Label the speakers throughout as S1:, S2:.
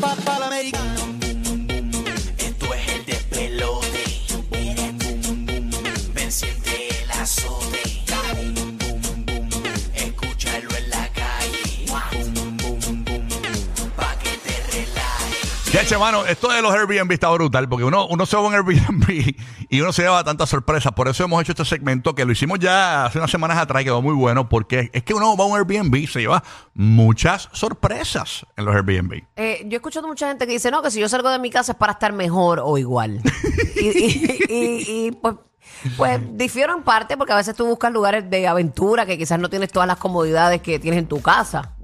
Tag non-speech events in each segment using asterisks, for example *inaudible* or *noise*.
S1: Papá al americano. Esto es el despelote. Ven, siente el azote. Escúchalo en la calle. Pa' que te relajes.
S2: Ya, che, mano, esto de los Airbnb está brutal, porque uno, uno se va a un Airbnb y uno se lleva tantas sorpresas. Por eso hemos hecho este segmento que lo hicimos ya hace unas semanas atrás y quedó muy bueno, porque es que uno va a un Airbnb y se lleva muchas sorpresas en los Airbnb.
S3: Eh, yo he escuchado mucha gente que dice, no, que si yo salgo de mi casa es para estar mejor o igual. *laughs* y, y- y- y, pues, pues difiero en parte porque a veces tú buscas lugares de aventura que quizás no tienes todas las comodidades que tienes en tu casa.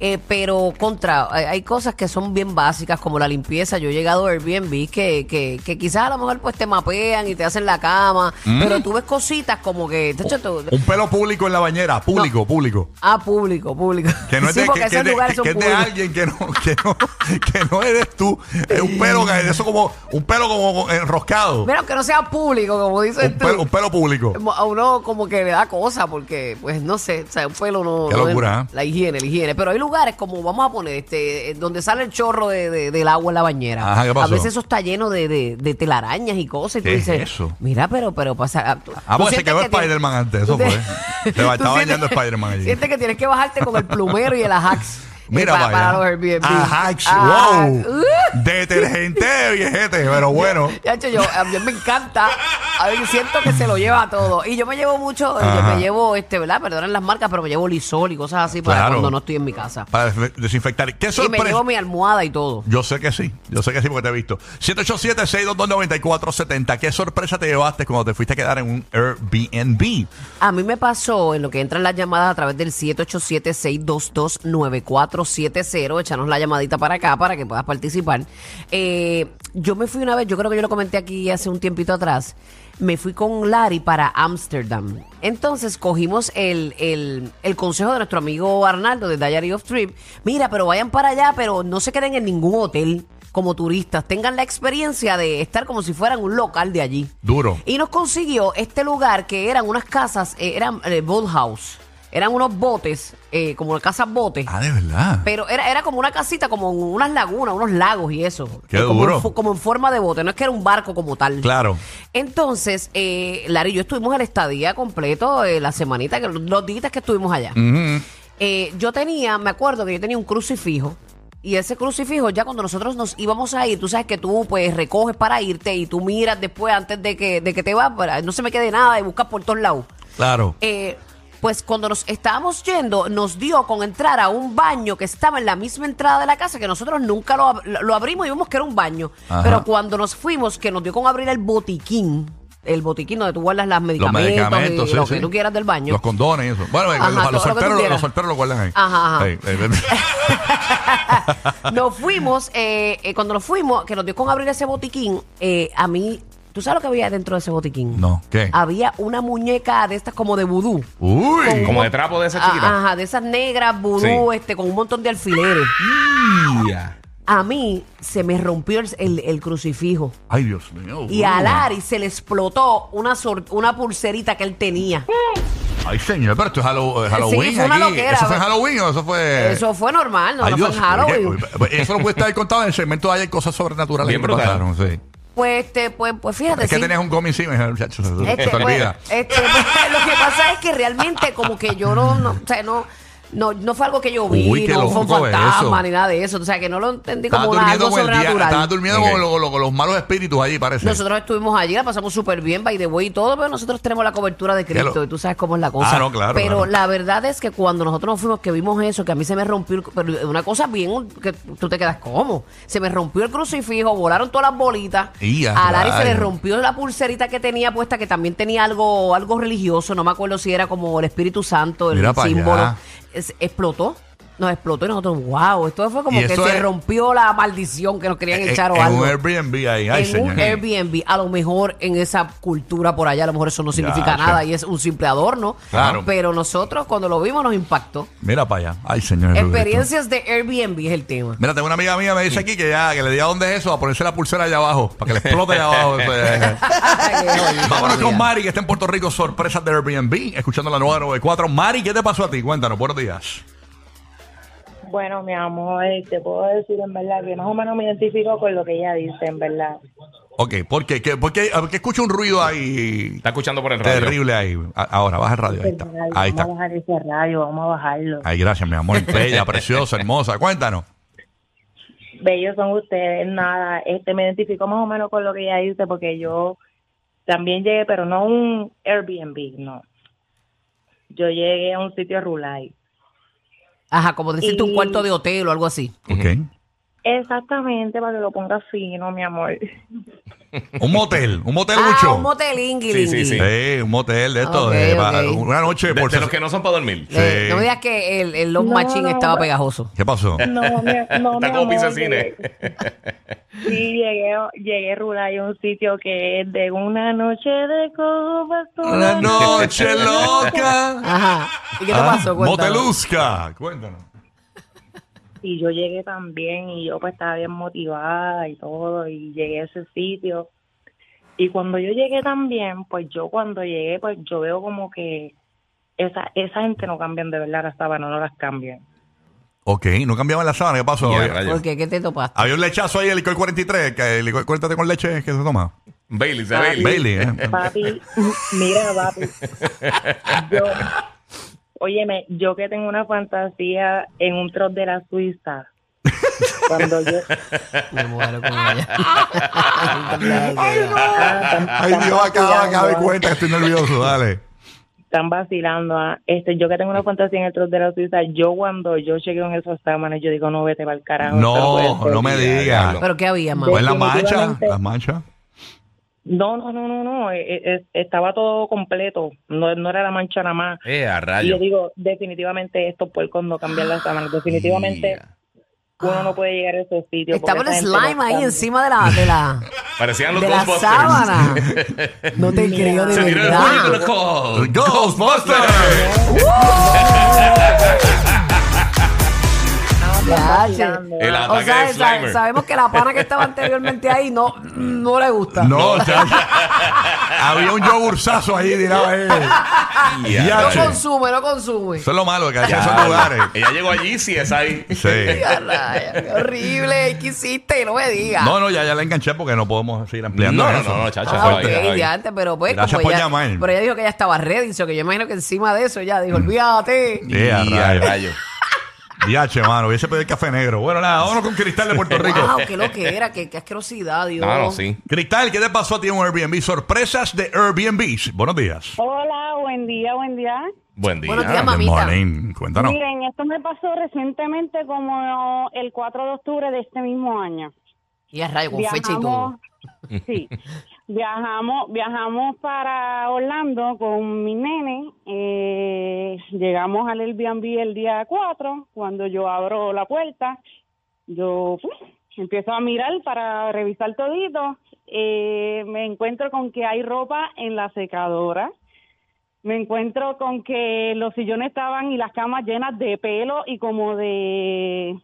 S3: Eh, pero contra, hay, hay cosas que son bien básicas como la limpieza. Yo he llegado a Airbnb que, que, que quizás a lo mejor pues te mapean y te hacen la cama,
S2: Mm.
S3: pero tú ves cositas como que... de hecho, tú-
S2: Un pelo público en la bañera, público, público.
S3: ah, público, público.
S2: Que no es
S3: Sí,
S2: de,
S3: porque
S2: que, que
S3: esos
S2: es de-
S3: lugares son
S2: que es de
S3: públicos.
S2: alguien que no, que, no, que no eres tú. Es un pelo, que- eso como, un pelo como enroscado.
S3: Mira, aunque no sea público, como dices
S2: Un
S3: tú.
S2: pelo, un pelo público.
S3: A uno como que le da cosa porque, pues no sé, o sea, un pelo no...
S2: Qué
S3: no es-
S2: locura, ¿eh?
S3: La higiene, la higiene. Pero hay lugares como, vamos a poner, este, eh, donde sale el chorro de- de- del agua en la bañera.
S2: Ajá, ¿qué pasó?
S3: A veces eso está lleno de, de- de telarañas y cosas. Y tú
S2: ¿Qué es
S3: dices,
S2: eso?
S3: mira, pero, pero pasa... Ah, tú-
S2: Ah,
S3: tú
S2: porque se
S3: sientes
S2: quedó
S3: que tienes-
S2: Spider-Man antes, eso
S3: tú *laughs* te-
S2: fue. Se va-
S3: tú
S2: estaba
S3: sientes-
S2: bañando Spider-Man allí.
S3: Sientes que tienes que bajarte con el plumero y el ajax. eh,
S2: Mira,
S3: pa-
S2: vaya.
S3: para, los Airbnb. Ah.
S2: Ajax,
S3: Ajax.
S2: wow.
S3: Uh.
S2: Detergente de viejete, pero bueno.
S3: Ya, hecho, yo, a mí me encanta. A mí siento que se lo lleva todo. Y yo me llevo mucho, yo
S2: Ajá.
S3: me llevo, este, ¿verdad? Perdonen las marcas, pero me llevo lisol y cosas así para
S2: Claro.
S3: cuando no estoy en mi casa.
S2: Para des- desinfectar. ¿Qué
S3: Y me
S2: sorpresa?
S3: llevo mi almohada y todo.
S2: Yo sé que sí, yo sé que sí porque te he visto. 787-622-9470. ¿Qué sorpresa te llevaste cuando te fuiste a quedar en un Airbnb?
S3: A mí me pasó en lo que entran las llamadas a través del 787-622-9470. Échanos la llamadita para acá para que puedas participar. Eh, yo me fui una vez, yo creo que yo lo comenté aquí hace un tiempito atrás. Me fui con Larry para Ámsterdam. Entonces cogimos el, el- el consejo de nuestro amigo Arnaldo de Diary of Trip. Mira, pero vayan para allá, pero no se queden en ningún hotel como turistas. Tengan la experiencia de estar como si fueran un local de allí.
S2: Duro.
S3: Y nos consiguió este lugar que eran unas casas, eh, eran eh, boat house, eran unos botes, eh, como casas botes.
S2: Ah, de verdad.
S3: Pero era, era como una casita, como en unas lagunas, unos lagos y eso.
S2: Qué
S3: Eh, como,
S2: duro.
S3: en fo- como en forma de bote, no es que era un barco como tal.
S2: Claro.
S3: Entonces, eh, Larry y yo estuvimos en la estadía completo, eh, la semanita, que, los días que estuvimos allá.
S2: Ujú.
S3: Eh, yo tenía, me acuerdo que yo tenía un crucifijo. Y ese crucifijo, ya cuando nosotros nos íbamos a ir, tú sabes que tú pues recoges para irte y tú miras después antes de que, de que te vas, para no se me quede nada y buscas por todos lados.
S2: Claro.
S3: Eh, pues cuando nos estábamos yendo, nos dio con entrar a un baño que estaba en la misma entrada de la casa, que nosotros nunca lo, ab- lo abrimos y vimos que era un baño.
S2: Ajá.
S3: Pero cuando nos fuimos, que nos dio con abrir el botiquín, el botiquín donde tú guardas las
S2: Los
S3: medicamentos, y
S2: medicamentos, sí,
S3: lo
S2: sí.
S3: que tú quieras del baño.
S2: Los condones y eso. Bueno, eh,
S3: Ajá,
S2: los, los
S3: todo lo que tú
S2: solteros, los
S3: quieras.
S2: solteros lo guardan ahí.
S3: Ajá, ajá.
S2: Ahí,
S3: *laughs*
S2: ahí, ahí.
S3: nos fuimos, eh, eh, cuando nos fuimos, que nos dio con abrir ese botiquín, eh, a mí, ¿tú sabes lo que había dentro de ese botiquín?
S2: No, ¿qué?
S3: Había una muñeca de estas como de vudú.
S2: Uy.
S4: Como de trapo de esa
S3: Ah,
S4: chiquita.
S3: Ajá, de esas negras, vudú,
S4: Sí.
S3: este, con un montón de alfileres.
S4: Ya.
S3: A mí se me rompió el, el- el crucifijo.
S2: Ay, Dios mío.
S3: Y a Larry se le explotó una, sor- una pulserita que él tenía.
S2: Eh. Ay, señor, pero esto es Hallow- eh, Halloween.
S3: Sí, fue una
S2: aquí.
S3: loquera. pues.
S2: ¿Eso fue en Halloween o eso fue.?
S3: Eso fue normal, no,
S2: Ay,
S3: no fue
S2: Dios,
S3: en Halloween.
S2: oye, oye, Eso lo puede estar contado en el segmento de ayer, cosas sobrenaturales
S4: Bien
S2: que me
S4: brutal.
S2: pasaron. Sí.
S3: Pues, este, pues, pues fíjate.
S2: Es que
S3: sí.
S2: tenías un gomi encima, *laughs* muchachos. Se se te
S3: pues,
S2: olvida.
S3: este, pues, lo que pasa es que realmente como que yo no, no, o sea, no, no, no fue algo que yo vi,
S2: Uy, qué
S3: no fue un
S2: loco
S3: fantasma
S2: eso.
S3: ni nada de eso. O sea, que no lo entendí
S2: Estabas
S3: como una, algo
S2: durmiendo con el día-
S3: sobrenatural.
S2: estabas durmiendo
S4: Ok.
S2: con, lo- con lo- con los malos espíritus allí, parece.
S3: Nosotros estuvimos allí, la pasamos súper bien, by the way y todo, pero nosotros tenemos la cobertura de Cristo
S2: Claro.
S3: y tú sabes cómo es la cosa.
S2: Ah, no, claro,
S3: pero
S2: claro.
S3: la verdad es que cuando nosotros nos fuimos, que vimos eso, que a mí se me rompió, el- pero una cosa bien, que tú te quedas como. Se me rompió el crucifijo, volaron todas las bolitas.
S2: Y a
S3: a Lari se le
S2: rayos.
S3: rompió la pulserita que tenía puesta, que también tenía algo, algo religioso, no me acuerdo si era como el Espíritu Santo, el
S2: Mira pa'
S3: símbolo.
S2: allá.
S3: Es- explotó. nos explotó y nosotros, wow, esto fue como
S2: Y
S3: que
S2: eso
S3: se
S2: es-
S3: rompió la maldición que nos querían
S2: En,
S3: echar o
S2: Eh, en
S3: algo.
S2: un Airbnb ahí. Ay,
S3: en
S2: señor.
S3: un Airbnb, a lo mejor en esa cultura por allá, a lo mejor eso no significa
S2: Ya,
S3: nada
S2: sí.
S3: y es un simple adorno.
S2: Claro.
S3: Pero nosotros cuando lo vimos nos impactó.
S2: Mira para allá. Ay, señor. Jesucristo.
S3: Experiencias de Airbnb es el
S2: *laughs*
S3: tema.
S2: Mira, tengo una amiga mía me dice aquí que ya, que le diga dónde es eso, a ponerse la pulsera allá abajo, para que le explote allá abajo. Eso ya- *laughs* Vámonos con Mari, que está en Puerto Rico, sorpresas de Airbnb, escuchando la nueva 94. Mari, ¿qué te pasó a ti? Cuéntanos, buenos días.
S4: Bueno, mi amor, te puedo decir en verdad que más o menos me identifico con lo que ella dice, en verdad.
S2: Ok, ¿por qué? ¿Qué- ¿Por qué, a ver, que escucho un ruido ahí
S5: Está escuchando por el radio.
S2: terrible ahí? A- Ahora, baja el radio, ahí está.
S4: Perdona, vamos
S2: Ahí está.
S4: a bajar ese radio, vamos a bajarlo.
S2: Ay, gracias, mi amor.
S5: *laughs*
S2: Bella, preciosa, hermosa. Cuéntanos.
S4: Bellos son ustedes, nada. Este me identifico más o menos con lo que ella dice porque yo también llegué, pero no a un Airbnb, no. Yo llegué a un sitio rural.
S3: Ajá, como decirte un
S4: Y-
S3: cuarto de hotel o algo así.
S2: Ok.
S4: Exactamente, para que lo ponga fino, mi amor.
S2: Un motel, un motel
S3: Ah,
S2: mucho.
S3: un motel ingui,
S5: Sí, sí,
S3: lingui.
S5: sí.
S2: Sí, un motel de estos.
S3: Ok,
S2: de- pa-
S3: ok.
S2: Una noche
S5: De,
S2: por
S5: de
S2: ses-
S5: los que no son para dormir.
S3: Eh,
S2: Sí.
S3: No me digas que el, el Long
S4: No,
S3: Machine
S4: no,
S3: estaba
S4: no.
S3: pegajoso.
S2: ¿Qué pasó?
S5: Eh.
S4: No, mi, no, mi
S5: Está como
S4: amor,
S5: pizza
S4: llegué-
S5: cine.
S4: Sí, llegué, llegué rural a un sitio que es de una noche de copas. toda
S2: Una
S5: *laughs*
S2: noche loca.
S3: Ajá. ¿Y qué te
S2: Ah,
S3: pasó? Cuéntanos.
S2: Moteluzca. Cuéntanos.
S4: Y yo llegué también y yo pues estaba bien motivada y todo y llegué a ese sitio. Y cuando yo llegué también, pues yo cuando llegué, pues yo veo como que esa esa gente no cambian de verdad las sábanas, no las cambian.
S2: Ok, no cambiaban la sábana. ¿Qué pasó?
S5: Ya,
S2: Había-
S5: rayos.
S3: ¿Por qué? ¿Qué te topaste?
S2: Había un lechazo ahí, el licor 43, que el licor 43 con leche que se toma.
S5: Bailey, se
S4: Ah,
S5: Bailey.
S2: Bailey,
S5: *laughs*
S2: ¿eh?
S4: Papi, mira, papi. Yo, óyeme, yo que tengo una fantasía en un trot de la Suiza. Cuando yo.
S3: Me muero con
S2: *laughs*
S3: ella. Ay, no.
S4: Ah, están-
S2: Ay,
S4: están
S2: Dios, acaba, acaba de
S4: vacilando,
S2: cuenta que estoy nervioso,
S4: ah,
S2: dale.
S4: Están vacilando. ah. Este, yo que tengo una fantasía en el trot de la Suiza, yo cuando yo llegué en esos sábanas, yo digo, no vete para el carajo. esto
S2: No,
S4: puede
S2: no me
S4: ser.
S2: digas.
S3: ¿Pero qué había, mamá?
S2: Pues las manchas,
S4: Definitivamente.
S2: las manchas.
S4: No, no, no, no, no. eh, eh, estaba todo completo. No, no era la mancha nada más.
S5: Eh, a
S4: Y yo
S5: rayo.
S4: digo, definitivamente estos puercos no cambian las sábanas. Definitivamente
S5: Ya.
S4: uno no puede llegar a esos sitios.
S3: Estaba
S4: porque
S3: el
S4: esa gente no
S3: slime ahí
S4: cambia.
S3: encima de la, de la,
S5: Parecían los
S3: de la
S5: Ghostbusters. *laughs*
S3: sábana. No te creo de
S5: Se tiró el puño con
S3: verdad.
S5: los codos.
S2: Ghostbusters.
S3: Ya,
S4: vacilando.
S3: che.
S5: *laughs* El
S3: O
S5: ataque
S3: sea,
S5: de
S3: sa-
S5: Slimer.
S3: sabemos que la pana que estaba anteriormente ahí no, no le gusta.
S2: No, ya- había un yogurzazo ahí, dirá él.
S5: Ya,
S2: Ah, Ya,
S3: No
S5: rayo.
S2: che.
S3: consume, no consume.
S2: Eso es lo malo, que hay
S5: Ya,
S2: esos lugares.
S5: *laughs* Ella llegó allí, sí, es ahí.
S2: Sí.
S3: Ya, raya, qué horrible, ¿qué hiciste? No me digas.
S2: No, no, ya, ya la enganché porque no podemos seguir
S5: No,
S2: ampliando.
S5: no,
S2: eso.
S5: no, no, chacho.
S3: Ah, ok,
S5: ahí, ahí.
S3: ya antes, pero pues
S2: Gracias
S3: como
S2: por
S3: ella-
S2: llamar.
S3: Pero ella dijo que ella estaba ready, so que yo imagino que encima de eso ella dijo, olvídate.
S2: Sí, Eh, a
S5: Ya,
S2: rayo.
S5: rayo.
S2: Ya, che, mano, hubiese pedido el café negro. Bueno, nada, vámonos con Cristal de Puerto Rico.
S3: Wow, qué lo que era, qué, qué asquerosidad, Dios.
S5: No, no, sí.
S2: Cristal, ¿qué te pasó a ti en un Airbnb? Sorpresas de Airbnb. Buenos días. Ah,
S6: Hola, buen día, buen día.
S5: Buen día.
S3: Buenos días, ma-
S2: Good
S3: mamita.
S2: morning. Cuéntanos.
S6: Miren, esto me pasó recientemente como el 4 de octubre de este mismo año.
S3: Y a rayo, con fecha y todo.
S6: *laughs* sí, viajamos, viajamos para Orlando con mi nene. eh, llegamos al Airbnb el día 4. Cuando yo abro la puerta, yo pues, empiezo a mirar para revisar todito. eh, me encuentro con que hay ropa en la secadora. Me encuentro con que los sillones estaban y las camas llenas de pelo y como de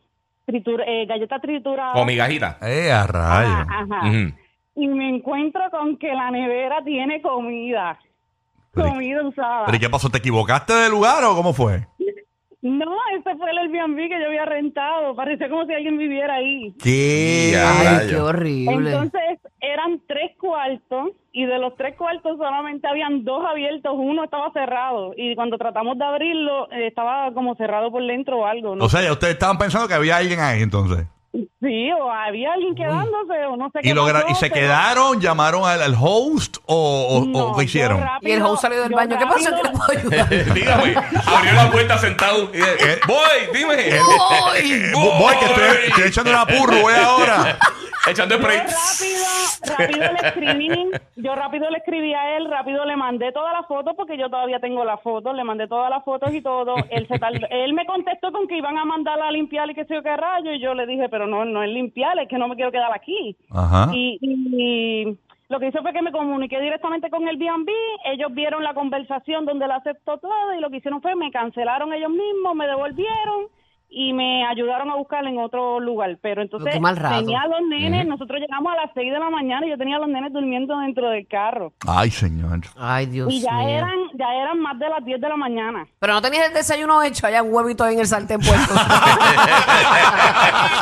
S6: tritura, eh, galletas trituradas.
S5: O migajita.
S2: Eh, a rayo.
S6: Ajá, ajá.
S3: Ah.
S5: Ujú. *laughs*
S6: Y me encuentro con que la nevera tiene comida.
S2: Pero y-
S6: Comida usada.
S2: ¿Pero y qué pasó? ¿Te equivocaste de lugar o cómo fue?
S6: No, ese fue el Airbnb que yo había rentado. Parecía como si alguien viviera ahí.
S2: ¿Qué?
S5: Ya,
S3: Ay, qué
S5: rayo.
S3: horrible.
S6: Entonces eran tres cuartos y de los tres cuartos solamente habían dos abiertos. Uno estaba cerrado y cuando tratamos de abrirlo eh, estaba como cerrado por dentro o algo. ¿no?
S2: O sea, ya ustedes estaban pensando que había alguien ahí entonces.
S6: Sí, sí, o había alguien quedándose, o no sé
S2: ¿Y,
S6: qué.
S2: logra-
S6: pasó,
S2: ¿Y se
S6: pero-
S2: quedaron? ¿Llamaron al, al host o, o- o
S6: No,
S2: qué
S6: yo
S2: hicieron?
S3: Y el host salió del
S6: yo
S3: baño. ¿Qué pasó? ¿Qué
S6: rápido-
S3: le puedo
S5: *laughs*
S3: ayudar?
S5: Dígame, abrió la puerta sentado. y, eh, Voy, dime.
S2: Eh, bo- Voy, que estoy, estoy echando una purro, voy
S6: *laughs*
S2: ahora.
S5: Echando
S6: Yo
S5: spray.
S6: rápido, rápido le escribí, yo rápido le escribí a él, rápido le mandé todas las fotos porque yo todavía tengo las fotos, le mandé todas las fotos y todo. Él se tardó- él me contestó con que iban a mandarla a limpiar y qué sé yo qué rayo y yo le dije, pero no, no es limpiar, es que no me quiero quedar aquí.
S2: Ajá.
S6: Y, y lo que hice fue que me comuniqué directamente con el B&B, ellos vieron la conversación donde la aceptó todo y lo que hicieron fue me cancelaron ellos mismos, me devolvieron y me ayudaron a buscar en otro lugar. Pero entonces
S3: qué mal rato.
S6: tenía a los nenes, nosotros llegamos a las 6 de la mañana y yo tenía a los nenes durmiendo dentro del carro.
S2: Ay, señor.
S3: Ay, Dios
S6: Y ya
S3: mío.
S6: eran, ya eran más de las 10 de la mañana.
S3: Pero no tenías el desayuno hecho, allá un huevito ahí en el sartén puesto.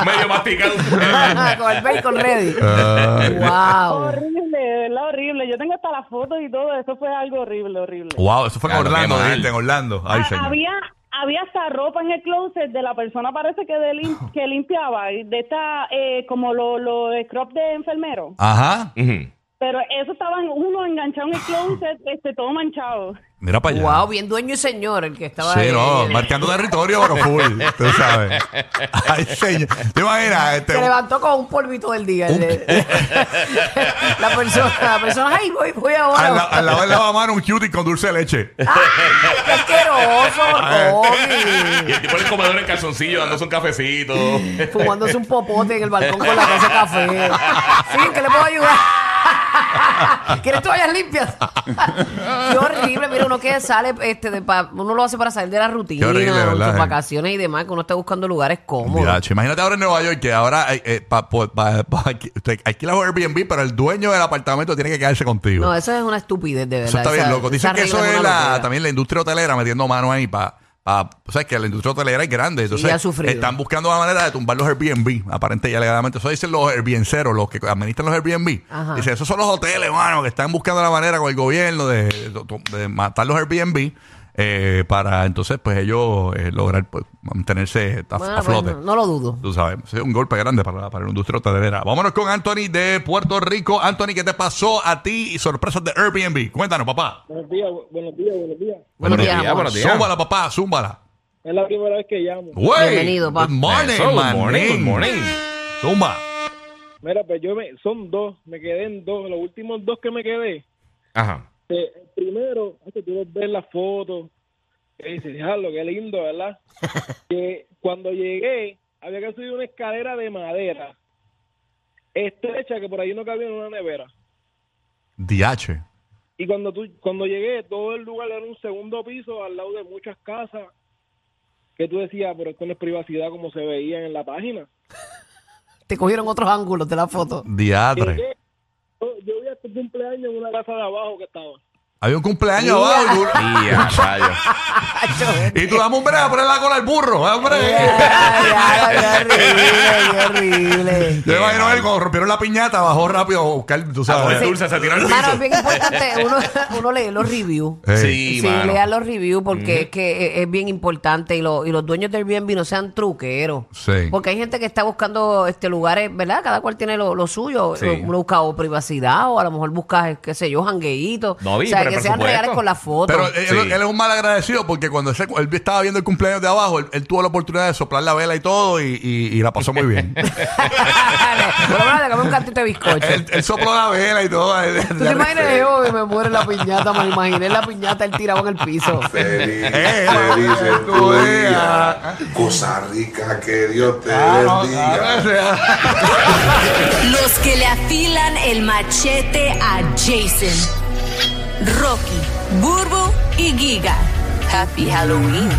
S5: Medio masticado.
S3: *laughs* con el bacon ready.
S2: Ay.
S3: wow.
S6: Horrible, de verdad horrible. Yo tengo hasta las fotos y todo, eso fue algo horrible, horrible.
S2: Wow, eso fue en
S5: Claro, qué
S2: Orlando,
S5: mal.
S2: ¿viste? En Orlando. Ay,
S6: Ah,
S2: señor.
S6: Había, había hasta ropa en el closet de la persona, parece que, de
S3: Ah.
S6: lim- que limpiaba, y de esta, eh, como los lo de scrub de enfermero.
S3: Ah.
S2: Ajá.
S5: Ujú.
S6: Pero eso estaban uno enganchado
S3: *laughs*
S6: en el closet, este, todo manchado.
S2: Mira para allá.
S3: Wow, bien dueño y señor el que estaba
S2: Sí,
S3: ahí.
S2: no, marcando territorio, pero full, tú *laughs* sabes. Ay, señor. ¿Te imaginas? Este,
S3: Se levantó con un polvito del día. el de- *laughs* la persona, la persona, ay, voy, voy ahora.
S2: al, la- al lado del lavamano un cutie con dulce de leche.
S3: ¡Ay, qué
S2: Ay.
S3: asqueroso, Rocky!
S5: *laughs* Y el tipo en el comedor en calzoncillo dándose un cafecito.
S3: Fumándose un popote en el balcón con la casa de café. Sí, que le puedo ayudar. *laughs* ¿Quieres toallas limpias? Qué horrible, mira, uno que sale, este, de pa- uno lo hace para salir de la rutina,
S2: Qué horrible,
S3: con
S2: ¿verdad,
S3: sus
S2: eh?
S3: vacaciones y demás, que uno está buscando lugares cómodos.
S2: Miracho, imagínate ahora en Nueva York que ahora eh, eh, pa- po- pa- pa- aquí- te alquilas un Airbnb, pero el dueño del apartamento tiene que quedarse contigo.
S3: No, eso es una estupidez, de verdad.
S2: eso está bien
S3: Esa-
S2: loco.
S3: esa
S2: Dicen que
S3: regla
S2: eso es
S3: una
S2: la,
S3: locura.
S2: también la industria hotelera metiendo mano ahí para... o sea, que la industria hotelera es grande. Entonces,
S3: ya ha sufrido.
S2: están buscando la manera de tumbar los Airbnb, aparente y alegadamente. Eso dicen los Airbnb, los que administran los Airbnb.
S3: Ajá.
S2: Dicen, esos son los hoteles, mano, que están buscando la manera con el gobierno de, de- de matar los Airbnb eh, para entonces, pues ellos eh, lograr pues, mantenerse a, a
S3: Bueno, pues,
S2: flote.
S3: no, no lo dudo.
S2: Tú sabes, es un golpe grande para, la- para la industria hotelera. Vámonos con Anthony de Puerto Rico. Anthony, ¿qué te pasó a ti y sorpresas de Airbnb? Cuéntanos, papá.
S7: Buenos días, bu- buenos días, buenos días.
S3: Buenos días, amor.
S5: buenos días.
S2: Zúmbala, papá, zúmbala.
S7: Es la primera vez que llamo.
S2: Güey,
S3: Bienvenido, papá.
S2: Good morning,
S5: Eso, good
S2: manín.
S5: morning, good morning.
S2: Zumba.
S7: Mira, pues yo me, son dos, me quedé en dos, los últimos dos que me quedé.
S5: Ajá.
S7: eh, el primero, es que tú ves las fotos, y dices, diablo, qué lindo, ¿verdad? que cuando llegué, había que subir una escalera de madera, estrecha, que por ahí no cabía en una nevera.
S2: DH.
S7: Y cuando tú, cuando llegué, todo el lugar era un segundo piso al lado de muchas casas que tú decías, pero esto no es privacidad como se veía en la página.
S3: Te cogieron otros ángulos de la
S2: *laughs*
S3: foto.
S2: Diatre.
S7: Llegué, yo, yo vi hasta un cumpleaños en una casa de abajo que estaba.
S2: Había un cumpleaños
S3: *laughs*
S2: abajo. y tú-
S5: Y a rayos.
S2: Y tú dame un break a poner la cola al burro. Dame un break.
S3: Ay, qué horrible, qué
S2: *laughs*
S3: horrible.
S2: Yo me imagino él cuando rompieron la piñata, bajó rápido a buscar, tú
S5: A coger
S2: sabes.
S5: dulce, se tiró al
S3: Mano, es
S5: piso.
S3: bien importante uno, *laughs* uno leer los reviews.
S2: Ey.
S5: Sí,
S3: Sí,
S5: mano.
S3: lea los reviews porque es que es, es bien importante y, lo- y los dueños del Airbnb no sean truqueros.
S2: Sí.
S3: Porque hay gente que está buscando este lugares, ¿verdad? Cada cual tiene lo, lo suyo.
S5: Sí.
S3: Uno busca o privacidad o a lo mejor busca, qué sé yo, jangueíto.
S5: No,
S3: o
S5: vi,
S3: sea,
S5: pero
S3: que
S5: por
S3: sean
S5: supuesto. eh,
S3: reales con las fotos.
S2: Pero
S3: *laughs*
S2: él,
S5: Sí.
S2: él es un mal agradecido porque cuando ese- él estaba viendo el cumpleaños de abajo, él, él tuvo la oportunidad de soplar la vela y todo y, y- y la pasó muy
S3: *laughs*
S2: bien.
S3: Pero bueno, déjame un cantito de bizcocho.
S2: él, él sopló la vela y todo. Él,
S3: ¿Tú te imaginas yo y me muere la piñata? Me lo imaginé la piñata, él tirado en el piso.
S8: Feliz,
S2: Eh,
S8: feliz
S2: eh,
S8: es tu
S2: eh,
S8: día. Cosa rica, que Dios te
S2: Ah,
S8: bendiga.
S9: Los que le afilan el machete a Jason. Rocky, Burbo y Giga. Happy Halloween.